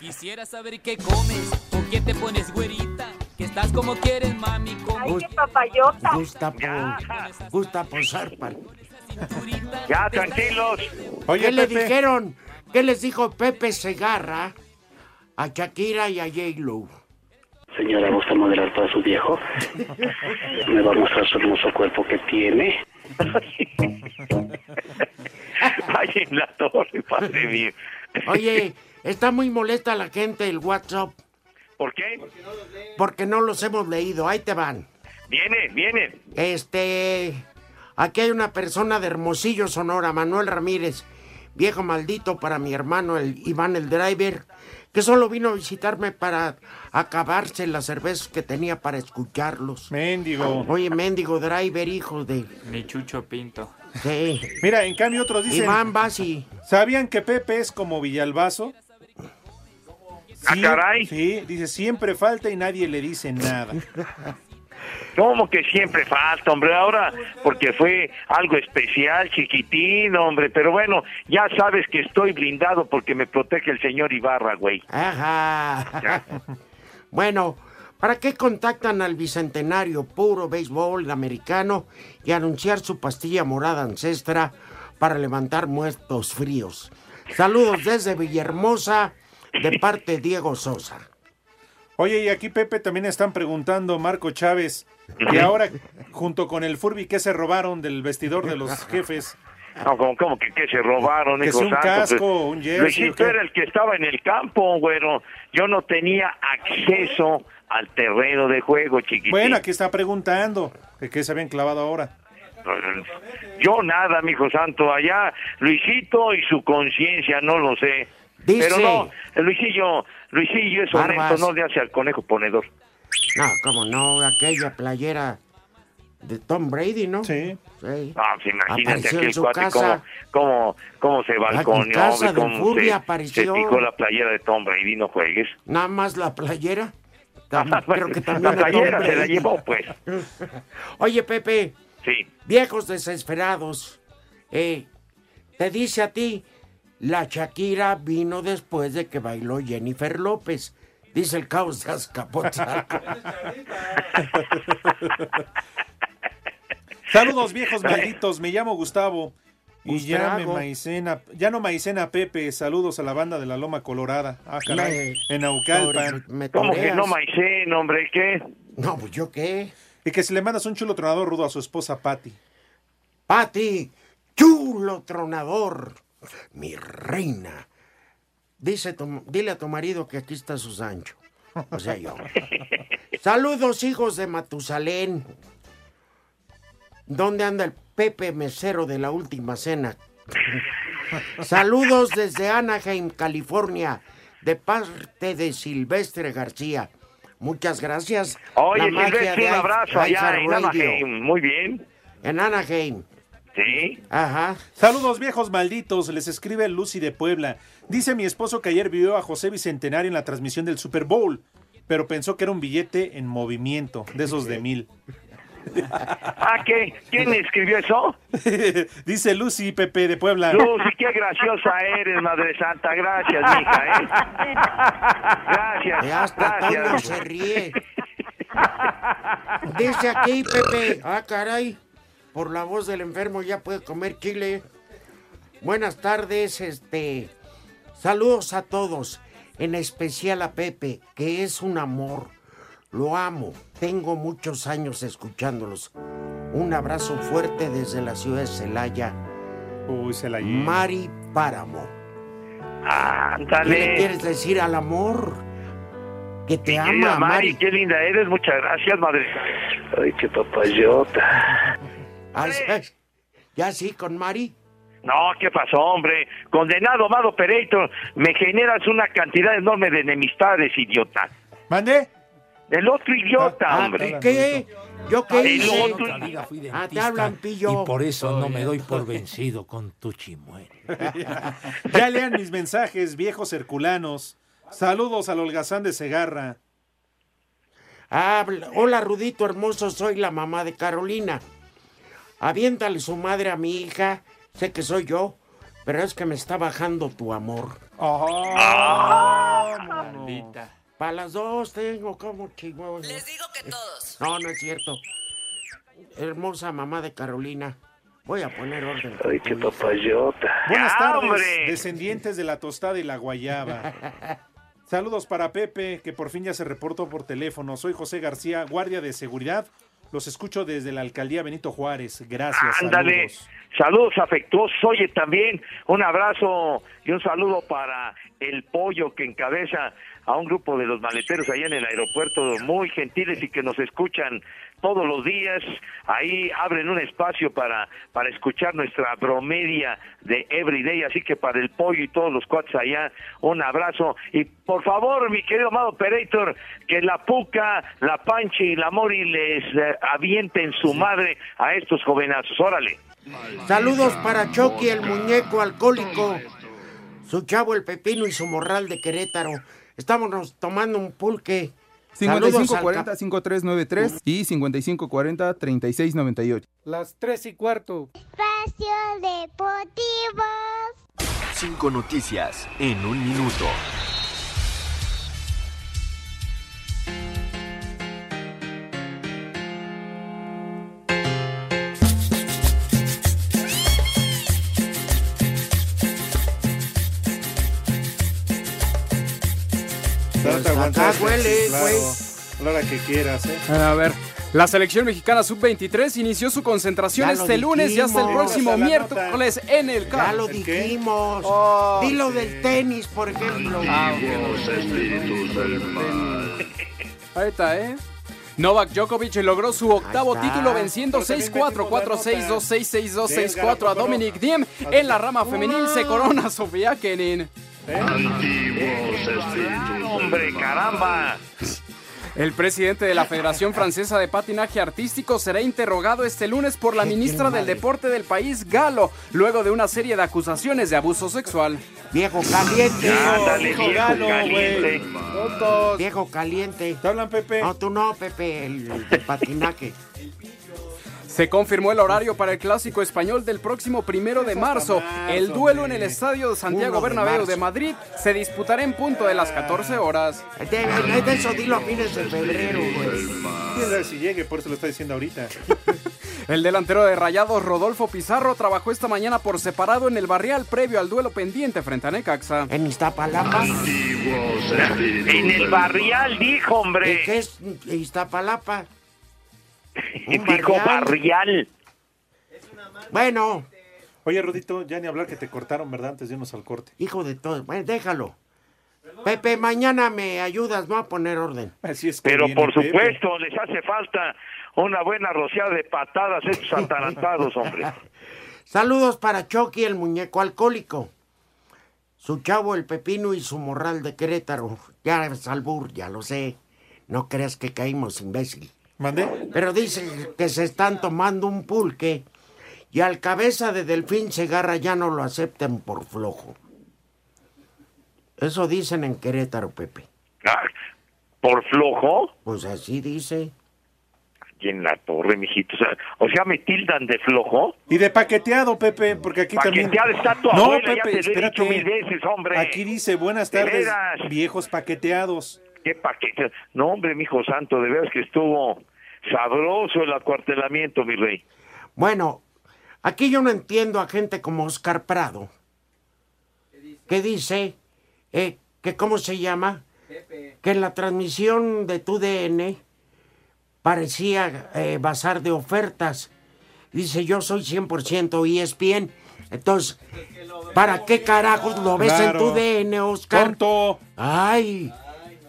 Quisiera saber qué comes o qué te pones güerita, que estás como quieres mami. Ay, qué papayota. Gustavo, Gustavo Zarpan. Ya, tranquilos. Oye, ¿Qué le Pepe. dijeron? ¿Qué les dijo Pepe Segarra a Shakira y a J-Lo? señora gusta moderar todo a su viejo. Me va a mostrar su hermoso cuerpo que tiene. [LAUGHS] Ay, en la torre, padre mío. Oye, está muy molesta la gente el WhatsApp. ¿Por qué? Porque no los hemos leído. Ahí te van. Viene, viene. Este. Aquí hay una persona de Hermosillo, Sonora, Manuel Ramírez. Viejo maldito para mi hermano, el Iván el Driver, que solo vino a visitarme para acabarse las cervezas que tenía para escucharlos. Mendigo. Oye, mendigo Driver, hijo de. Ni Chucho Pinto. Sí. Mira, en cambio otros dicen... Iván Basi. ¿Sabían que Pepe es como Villalbazo? Ah, Sí, caray. Sí, dice, siempre falta y nadie le dice nada. ¿Cómo que siempre falta, hombre? Ahora, porque fue algo especial, chiquitín, hombre. Pero bueno, ya sabes que estoy blindado porque me protege el señor Ibarra, güey. Ajá. bueno, ¿para qué contactan al bicentenario puro béisbol americano y anunciar su pastilla morada ancestra para levantar muertos fríos? Saludos desde Villahermosa de parte Diego Sosa. Oye, y aquí Pepe también están preguntando, Marco Chávez, que ahora junto con el Furby, ¿qué se robaron del vestidor de los jefes? No, como, como que, que se robaron, Que hijo si un santo, pues, casco, un jersey, ¿o Luisito qué? era el que estaba en el campo, güero. Yo no tenía acceso al terreno de juego, chiquitín. Bueno, aquí está preguntando, que qué se habían clavado ahora. Yo nada, mijo santo, allá Luisito y su conciencia, no lo sé. Dice- Pero no, Luisillo, Luisillo es honesto, Barbas. no le hace al conejo ponedor. No, cómo no, aquella playera de Tom Brady, ¿no? Sí. Sí. Ah, pues imagínate Apareció en aquel su cuate casa. cómo, cómo, cómo se Ah, balconeó, casa hombre, de cómo furia se- se, apareció. picó la playera de Tom Brady, no juegues. Nada más la playera. [LAUGHS] Tam- creo que la también de Tom playera se la Brady. llevó, pues. [LAUGHS] Oye, Pepe. Sí. Viejos desesperados. eh, te dice a ti, la Shakira vino después de que bailó Jennifer López. Dice el caos de Azcapotzalco. Saludos viejos malditos, me llamo Gustavo. Y llame Gustavo. maicena, ya no maicena Pepe, saludos a la banda de la Loma Colorada. Ah, caray, Me- en Naucalpan. me ¿Cómo que toreas. no maicén, hombre? ¿Qué? No, pues yo qué. Y que si le mandas un chulo tronador rudo a su esposa Patty. Pati, chulo tronador, mi reina. Dice tu- dile a tu marido que aquí está su Sancho. O sea, [LAUGHS] yo. Saludos, hijos de Matusalén. ¿Dónde anda el Pepe Mesero de la última [LAUGHS] cena? Saludos desde Anaheim, California, de parte de Silvestre García. Muchas gracias. Oye, La magia Silvestre, de un I- abrazo allá Izer en Radio. Anaheim. Muy bien. En Anaheim. Sí. Ajá. Saludos viejos malditos, les escribe Lucy de Puebla. Dice mi esposo que ayer vio a José Bicentenario en la transmisión del Super Bowl, pero pensó que era un billete en movimiento, de esos de mil. Ah, ¿qué? ¿Quién escribió eso? [LAUGHS] Dice Lucy Pepe de Puebla. Lucy, qué graciosa eres, Madre Santa. Gracias, mija, ¿eh? Gracias. Ya hasta tanto gracias. se ríe. Dice aquí, Pepe. Ah, caray. Por la voz del enfermo ya puede comer chile. Buenas tardes, este. Saludos a todos. En especial a Pepe, que es un amor. Lo amo. Tengo muchos años escuchándolos. Un abrazo fuerte desde la ciudad de Celaya. Uy, se la lleva. Mari Páramo. ¿Qué le Ándale. quieres decir al amor? Que te Querida ama, Mari, Mari. qué linda eres. Muchas gracias, Madre Santa. Ay, qué papayota. Ay, ¿sabes? ya sí, con Mari. No, ¿qué pasó, hombre? Condenado, amado Pereito, me generas una cantidad enorme de enemistades, idiota. ¿Mande? El otro idiota, Ah, hombre. ¿tú ¿Qué? ¿Yo qué El hice? otro- Ah, te hablan, pillo. Y por eso no me doy por vencido con tu chimuelo. Ya lean mis mensajes, viejos herculanos. Saludos al holgazán de Segarra. Habla- Hola, Rudito hermoso, soy la mamá de Carolina. Aviéntale su madre a mi hija. Sé que soy yo, pero es que me está bajando tu amor. Maldita. Para las dos tengo como chihuahua. Les digo que todos. No, no es cierto. Hermosa mamá de Carolina. Voy a poner orden. con Ay, tu qué hija. papayota. Buenas Ya, tardes, ¡Ah, hombre. descendientes de la tostada y la guayaba. Saludos para Pepe, que por fin ya se reportó por teléfono. Soy José García, guardia de seguridad. Los escucho desde la alcaldía Benito Juárez. Gracias. Ándale, saludos. saludos afectuosos. Oye, también un abrazo y un saludo para el pollo que encabeza a un grupo de los maleteros allá en el aeropuerto, muy gentiles y que nos escuchan todos los días. Ahí abren un espacio para, para escuchar nuestra bromedia de Everyday. Así que para el pollo y todos los cuates allá, un abrazo. Y por favor, mi querido amado operator, que la puca, la panchi y la mori les eh, avienten su madre a estos jovenazos. Órale. Saludos para Chucky, el muñeco alcohólico, su chavo el pepino y su morral de Querétaro. Estábamos tomando un pulque. Saludos al cap- 5540-5393 y 5540-3698. Las tres y cuarto. Espacio Deportivo. Cinco noticias en un minuto. Trata de aguantar. acá Ah, huele, Claro, güey. a la hora que quieras, ¿eh? A ver. La selección mexicana sub-23 inició su concentración Ya lo este lunes y hasta el dijimos. próximo Vamos a la miércoles en el Ya lo ¿El qué? dijimos. Oh, Dilo del tenis, por ejemplo. Antiguos espíritus del mal. Ahí está, ¿eh? Novak Djokovic logró su octavo está. título venciendo 6-4, 4-6, 2-6, 6-2, 6-4 a Dominic Diem. En la rama femenil se corona [LAUGHS] Sofía Kenin. Antiguos espíritus Hombre, caramba. El presidente de la Federación Francesa de Patinaje Artístico será interrogado este lunes por la ministra del Deporte del país, Galo, luego de una serie de acusaciones de abuso sexual. Viejo caliente. Ándale, Hijo viejo Galo, caliente. güey. Viejo caliente. ¿Te hablan, Pepe? No, tú no, Pepe, el, el de patinaje. Se confirmó el horario para el Clásico Español del próximo primero de marzo. El duelo en el Estadio Santiago Uno de Bernabéu marzo. de Madrid se disputará en punto de las 14 horas. De, de eso dilo a fines de febrero, güey. Quién sabe si llegue, por eso lo está diciendo ahorita. El delantero de Rayados, Rodolfo Pizarro, trabajó esta mañana por separado en el barrial previo al duelo pendiente frente a Necaxa. En Iztapalapa. Antiguos espíritus En el del barrial dijo, hombre. ¿Y ¿Qué es [LAUGHS] Iztapalapa? ¿Un Dijo barrial. Bueno, Oye, Rudito, ya ni hablar que te cortaron, ¿verdad? Antes de irnos al corte. hijo de todo. Bueno, déjalo. Pepe, mañana me ayudas, no a poner orden. Así es Pero por supuesto, les hace falta una buena rociada de patadas a estos atarantados, hombre. Saludos para Chucky, el muñeco alcohólico. Su chavo, el pepino y su morral de Querétaro. Ya es albur, ya lo sé. No creas que caímos, imbécil. ¿Mandé? Pero dice que se están tomando un pulque y al cabeza de Delfín Segarra ya no lo aceptan por flojo. Eso dicen en Querétaro, Pepe. Ah, ¿Por flojo? Pues así dice. Y en la torre, mijito. O sea, o sea, me tildan de flojo. Y de paqueteado, Pepe, porque aquí también... Paqueteado está tu No, abuela, ya Pepe, te lo he dicho espérate. mil veces, hombre. Aquí dice, buenas De tardes, veras. viejos paqueteados. ¿Qué paquete? No, hombre, mijo santo, de veras que estuvo sabroso el acuartelamiento, mi rey. Bueno, aquí yo no entiendo a gente como Oscar Prado, que dice eh, que, ¿cómo se llama? Que en la transmisión de TUDN parecía eh, bazar de ofertas. Dice, yo soy 100% ESPN. Entonces, ¿para qué carajos lo ves Claro. en TUDN, Oscar? ¡Tonto! ¡Ay!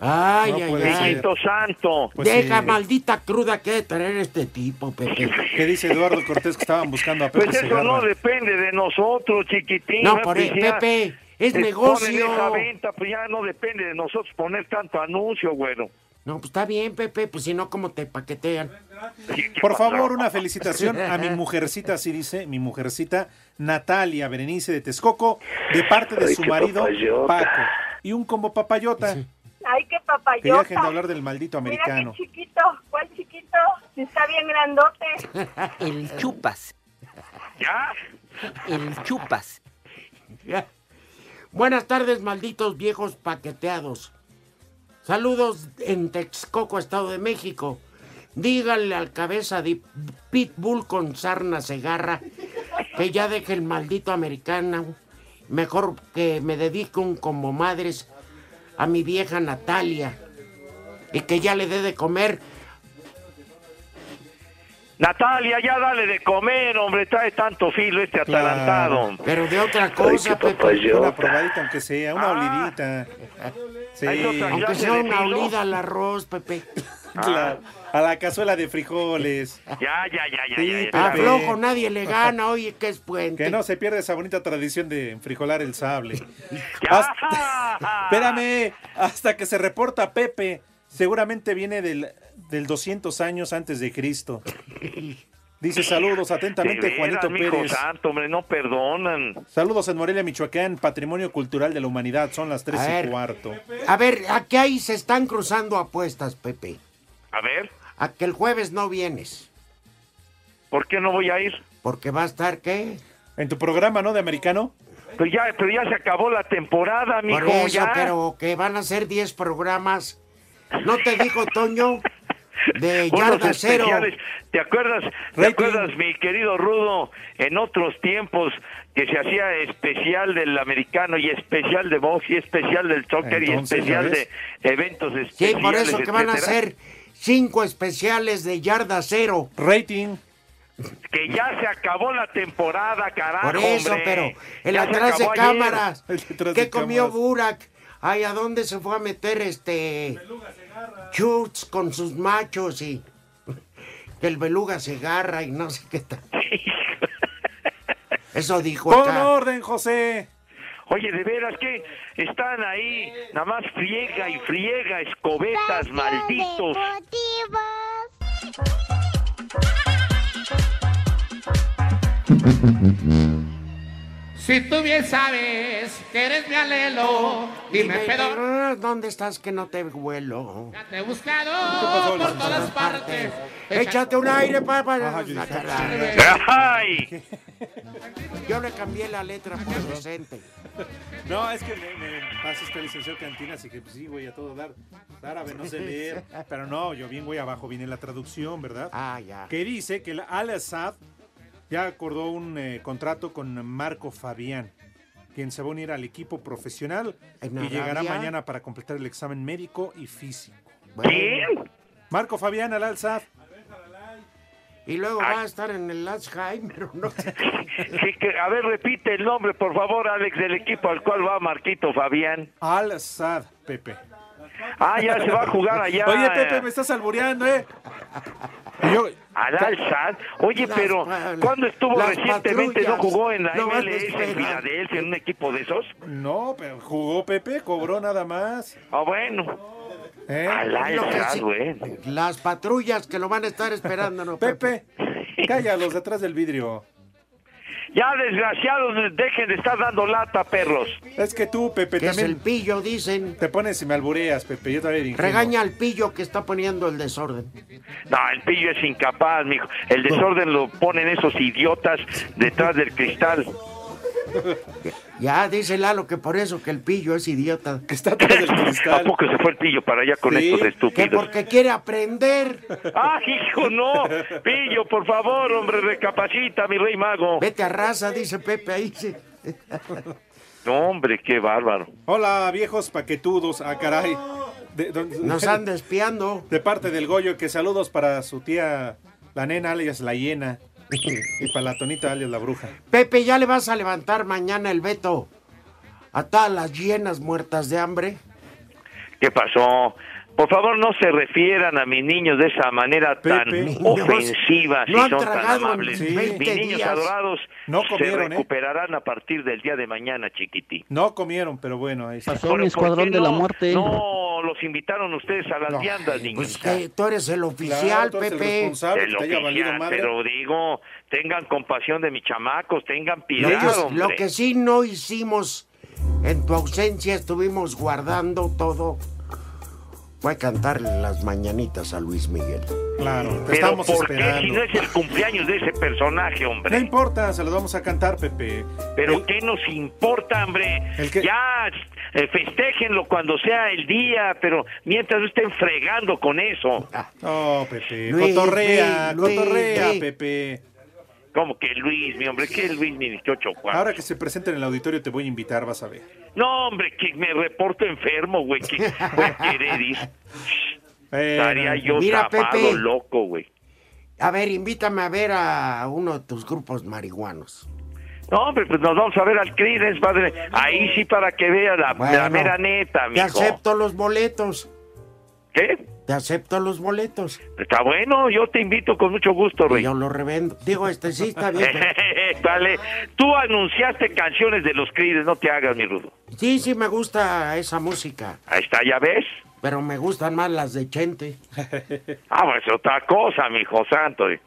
¡Ay, No ay, puede ay! ser. Mijito santo. Pues Deja sí. maldita cruda que debe tener este tipo, Pepe. ¿Qué dice Eduardo Cortés que estaban buscando a Pepe Pues eso Segarra? no depende de nosotros, chiquitín. No, es por- publicidad. Pepe, es Te negocio. ponen esa venta, pues ya no depende de nosotros poner tanto anuncio, güero. No, pues está bien, Pepe, pues si no, ¿cómo te paquetean? [LAUGHS] Por favor, una felicitación a mi mujercita, así dice, mi mujercita Natalia Berenice de Texcoco, de parte de Ay, su qué marido papayota. Paco. Y un combo papayota. Ay, Que qué ya dejen de papayota. hablar del maldito Mira qué americano. chiquito. ¿Cuál chiquito? Si Está bien grandote. El chupas. ¿Ya? El chupas. Ya. Buenas tardes, malditos viejos paqueteados. Saludos en Texcoco, Estado de México. Díganle al cabeza de Pitbull con sarna cegarra que ya deje el maldito americano. Mejor que me dedique un como madres a mi vieja Natalia y que ya le dé de comer. Natalia, ya dale de comer, hombre, trae tanto filo este atalantado. Pero de otra cosa, Pepe. Una probadita, aunque sea, Ah. una [LAUGHS] olidita. Sí. Aunque sea una olida al arroz, Pepe. La- a la cazuela de frijoles. Ah. [LAUGHS] Ya, ya, ya, ya. Sí, Pepe. Aflojo, nadie le gana, oye, que es puente. Que no se pierda esa bonita tradición de enfrijolar el sable. [LAUGHS] Ya. Hasta- espérame, hasta que se reporta Pepe. Seguramente viene del, del 200 años antes de Cristo. Dice saludos atentamente De veras, Juanito mijo Pérez. santo, hombre, no perdonan. Saludos en Morelia, Michoacán, Patrimonio Cultural de la Humanidad. Son las A 3 ver. y cuarto. A ver, aquí ahí se están cruzando apuestas, Pepe. A ver, A que el jueves no vienes, ¿por qué no voy a ir? porque va a estar, ¿qué? En tu programa, ¿no? De americano. Pues ya, pero ya se acabó la temporada, mijo, Por eso, ya. pero que van a ser 10 programas. ¿No te dijo, Toño? De Unos yarda cero. especiales. ¿Te acuerdas, te acuerdas, mi querido Rudo, en otros tiempos que se hacía especial del americano y especial de box y especial del soccer Entonces, y especial ¿ya ves? de eventos Sí, especiales? por eso que van a etcétera? ser 5 especiales de yarda cero. Rating. Que ya se acabó la temporada, carajo. Ah, Por eso, hombre. pero el Ya se atrás de acabó ayer. cámaras. ¿Qué comió Burak? Ay, ¿a dónde se fue a meter este Chutz con sus machos y [LAUGHS] que el beluga se agarra y no sé qué tal? Eso dijo Con acá. orden, José. Oye, de veras que están ahí, nada más friega y friega, escobetas, malditos. Si tú bien sabes que eres mi alelo, dime, pero pero, "Ah, ¿dónde estás que no te vuelo? te he buscado por todas partes. Échate un aire, papá. ¡Ay! Yo le cambié la letra por decente. No, es que me, me pasa este licenciado Cantina, así que pues, sí, güey, a todo dar. Árabe, no sé [LAUGHS] leer. Pero no, yo bien, güey, abajo viene la traducción, ¿verdad? Ah, ya. Que dice que el Al-Assad ya acordó un eh, contrato con Marco Fabián, quien se va a unir al equipo profesional ¿En y llegará Arabia? mañana para completar el examen médico y físico. Bueno. Marco Fabián al Al-Assad. Y luego va a estar en el Alzheimer, no sé. [LAUGHS] [LAUGHS] Sí, que- a ver, repite el nombre, por favor, Alex, del equipo al cual va Marquito Fabián. Al-Assad, Pepe. Ah, ya se va a jugar allá. Oye, Pepe, me estás albureando, ¿eh? Al Alzad. Oye, Las pero pa- ¿cuándo estuvo las recientemente? ¿No patrullas. jugó en la No vale MLS en esperar. Filadelfia, en un equipo de esos? No, pero jugó Pepe, cobró nada más. Ah, bueno. ¿eh? Al Lo que Alzad, sí- güey. Las patrullas que lo van a estar esperando, ¿no? Pepe, cállalos detrás del vidrio. Ya, desgraciados, dejen de estar dando lata, perros. Es que tú, Pepe, Que es también el pillo, dicen. te pones y me albureas, Pepe. Yo también ingenuo. Regaña al pillo que está poniendo el desorden. No, el pillo es incapaz, mijo. El desorden lo ponen esos idiotas detrás del cristal. Ya dice Lalo que por eso que el pillo es idiota. Que está [LAUGHS] atrás del ¿A cristal. poco se fue el pillo para allá con Sí. estos Que estúpidos? porque quiere aprender. ¡Ah, hijo, no! Pillo, por favor, hombre, recapacita, mi rey mago. Vete a raza, dice Pepe ahí. sí. No, hombre, qué bárbaro. Hola, viejos paquetudos. Ah, caray. De, don- Nos anda espiando. de parte del Goyo, que saludos para su tía, la nena alias la hiena. Y para la tonita alias la bruja. Pepe, ¿ya le vas a levantar mañana el veto a todas las hienas muertas de hambre? ¿Qué pasó? Por favor, no se refieran a mis niños de esa manera tan Pepe. ofensiva, No si han son tan tragado en amables. 20 Mis niños días. adorados No se comieron, ¿eh? recuperarán a partir del día de mañana, chiquitín. No comieron, pero bueno, ahí está. Pero, ¿por qué no- No, los invitaron ustedes a las viandas, Pues niños. que tú eres el oficial, Claro, tú eres el Pepe. responsable, que te haya valido madre. pero digo, tengan compasión de mis chamacos, tengan Lo piedad, que, hombre. lo que sí no hicimos en tu ausencia, estuvimos guardando todo. Voy a cantarle las mañanitas a Luis Miguel. Claro, te Pero estamos ¿por qué si no esperando. es el cumpleaños de ese personaje, No hombre? importa, se los vamos a cantar, Pepe. Pero ¿qué nos importa, hombre? El que- Ya, eh, festéjenlo cuando sea el día, pero mientras no estén fregando con eso. Oh, Pepe. Luis, cotorrea, Luis, Luis, cotorrea, Luis. Pepe. ¿Cómo que Luis, mi hombre? ¿Qué Luis, mi 18 cuarto? Ahora que se presenten en el auditorio te voy a invitar, vas a ver. No, hombre, que me reporto enfermo, güey. Que voy a [LAUGHS] querer ir. Estaría yo mira, tapado, Pepe. loco, güey. A ver, invítame a ver a uno de tus grupos marihuanos. No, hombre, pues nos vamos a ver al Creedence, padre. Ahí sí para que vea la, la Bueno, mera neta, Te mijo. acepto los boletos. ¿Qué? Te acepto los boletos. Está bueno, yo te invito con mucho gusto, Rey. Yo lo revendo. Digo, este sí está bien. [LAUGHS] Vale, tú anunciaste canciones de los Creedence, no te hagas, mi rudo. Sí, sí me gusta esa música, Ahí está, ya ves. pero me gustan más las de Chente. Ah, pues otra cosa, mi hijo santo. eh.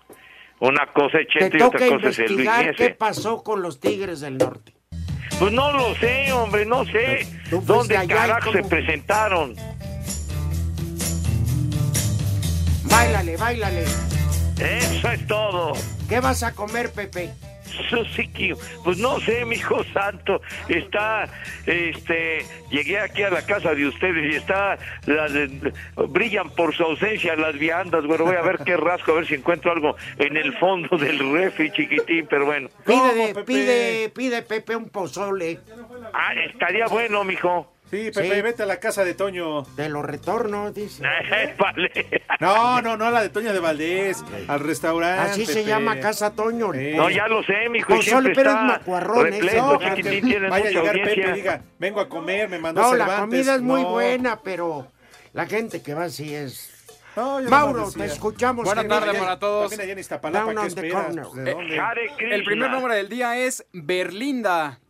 Una cosa es Te Chente y toca otra cosa es el Luis ¿eh? investigar qué Mese. pasó con los Tigres del Norte. Pues, Pues no lo sé, hombre, no sé. Tú fuiste ¿Dónde allá y carajo se cómo- presentaron? Báilale, báilale. Eso es todo. ¿Qué vas a comer, Pepe? Eso sí que- Pues no sé, mi hijo santo. Está, este, llegué aquí a la casa de ustedes y está, las, de- brillan por su ausencia las viandas, güey. Voy a ver qué rasco, a ver si encuentro algo en el fondo del refri chiquitín, pero bueno. Pide, pide, pide Pepe un pozole. Ah, estaría bueno, mijo. [LAUGHS] Sí, Pepe, Sí. vete a la casa de Toño. Te lo retorno, dice. Vale. No, no, no a la de Toño de Valdés, al restaurante. Así se Pepe. llama Casa Toño. el Sí. pozole. No, ya lo sé, mijo. y Pozole, siempre pero es está macuarrón, ¿eh? repleto, No, chiquitín, que tienes Vaya a mucha llegar Pepe audiencia. y diga, vengo a comer, me mandó No, la Cervantes. comida es muy No. buena, pero la gente que va así es. No, yo Mauro, nomás te decía. escuchamos. Buena que tarde viene. para todos. También allá en Iztapalapa, Down ¿qué on the esperas? corner. Pues, ¿de Eh, dónde? Hare Krishna. El primer nombre del día es Berlinda.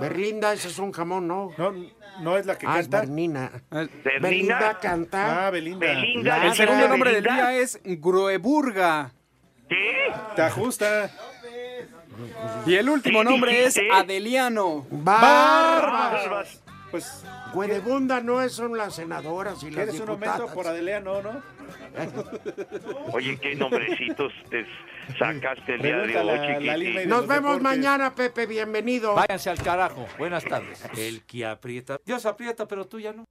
Berlinda, ese es un jamón, ¿no? No, no es la que ah, es canta. Bernina. El Belinda canta. Ah, Belinda. Belinda, El segundo Belinda. nombre del Belinda. día es Grueburga. ¿Qué? Te ajusta. Y el último ¿Qué nombre es dijiste? Adeliano. Barba. Barbas. Pues, Güedebunda no es- son las senadoras y las ¿quieres un aumento diputadas. por Adelea? No, ¿no? Oye, qué nombrecitos te sacaste el día de Pregúntale hoy, a la Lima y chiquitín. de Nos los vemos deportes. mañana, Pepe. Bienvenido. Váyanse al carajo. Buenas tardes. El que aprieta. Dios aprieta, pero tú ya no.